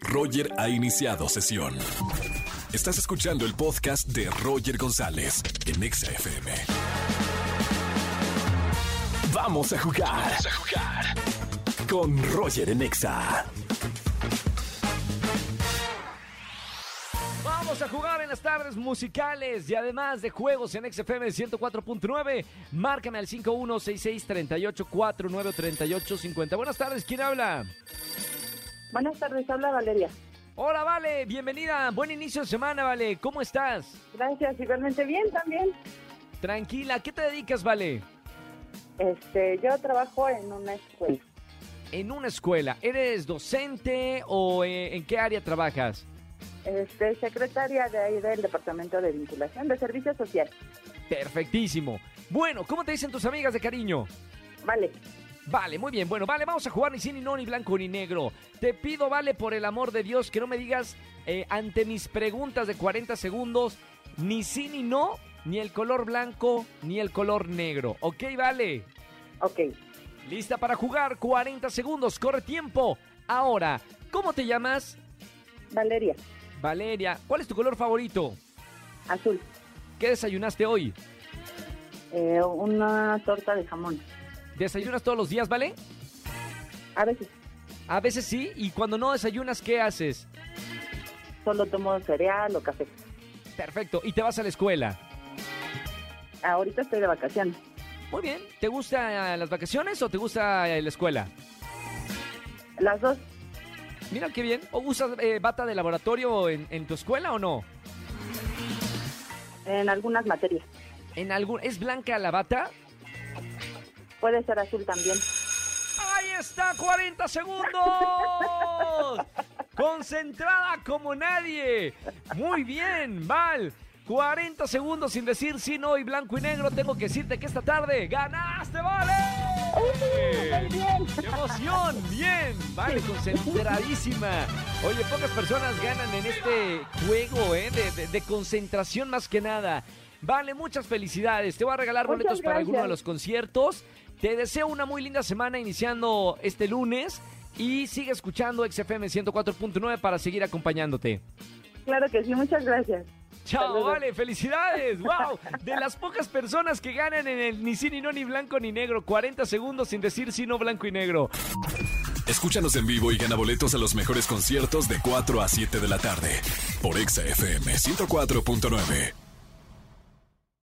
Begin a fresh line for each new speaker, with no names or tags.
Roger ha iniciado sesión. Estás escuchando el podcast de Roger González en Exa FM. Vamos a jugar. Vamos a jugar. Con Roger en Exa.
Vamos a jugar en las tardes musicales y además de juegos en XFM 104.9. Márcame al 5166-3849-3850. Buenas tardes, ¿quién habla?
Buenas tardes, habla Valeria.
Hola, Vale, bienvenida. Buen inicio de semana, Vale. ¿Cómo estás?
Gracias, igualmente bien también.
Tranquila, ¿qué te dedicas, Vale?
Este, yo trabajo en una escuela.
En una escuela, ¿eres docente o eh, en qué área trabajas?
Este, secretaria de ahí del Departamento de Vinculación de Servicio Social.
Perfectísimo. Bueno, ¿cómo te dicen tus amigas de cariño?
Vale,
Vale, muy bien. Bueno, vale, vamos a jugar ni sí, ni no, ni blanco, ni negro. Te pido, vale, por el amor de Dios, que no me digas eh, ante mis preguntas de 40 segundos, ni sí, ni no, ni el color blanco, ni el color negro. ¿Ok, vale?
ok.
Lista para jugar, 40 segundos, corre tiempo. Ahora, ¿cómo te llamas?
Valeria,
Valeria, ¿cuál es tu color favorito?
azul.
¿Qué desayunaste hoy?
Eh, una torta de jamón.
¿Desayunas todos los días, vale?
A veces
A veces sí, y cuando no desayunas, ¿qué haces?
solo tomo cereal o café.
Perfecto, y te vas a la escuela.
Ahorita estoy de vacaciones.
Muy bien, ¿te gustan las vacaciones o te gusta eh, la escuela?
Las dos,
Mira qué bien. ¿O usas eh, bata de laboratorio en, en tu escuela o no?
en algunas materias.
En algún es blanca la bata.
Puede ser azul también.
Ahí está, 40 segundos. Concentrada como nadie. Muy bien, Val. 40 segundos sin decir sí, no y blanco y negro. Tengo que decirte que esta tarde ganaste, vale.
muy bien.
¡Qué emoción! Bien, vale, concentradísima. Oye, pocas personas ganan en este juego, ¿eh? De, de- de concentración más que nada. Vale, muchas felicidades. Te voy a regalar
Muchas
boletos para alguno de
gracias.
los conciertos. Te deseo una muy linda semana iniciando este lunes. Y sigue escuchando XFM 104.9 para seguir acompañándote.
Claro que sí, muchas gracias.
Chao,
Saludos.
vale, felicidades. Wow, de las pocas personas que ganan en el ni sí, ni no, ni blanco, ni negro. 40 segundos sin decir sí, no, blanco y negro.
Escúchanos en vivo y gana boletos a los mejores conciertos de 4 a 7 de la tarde por Exa FM 104.9.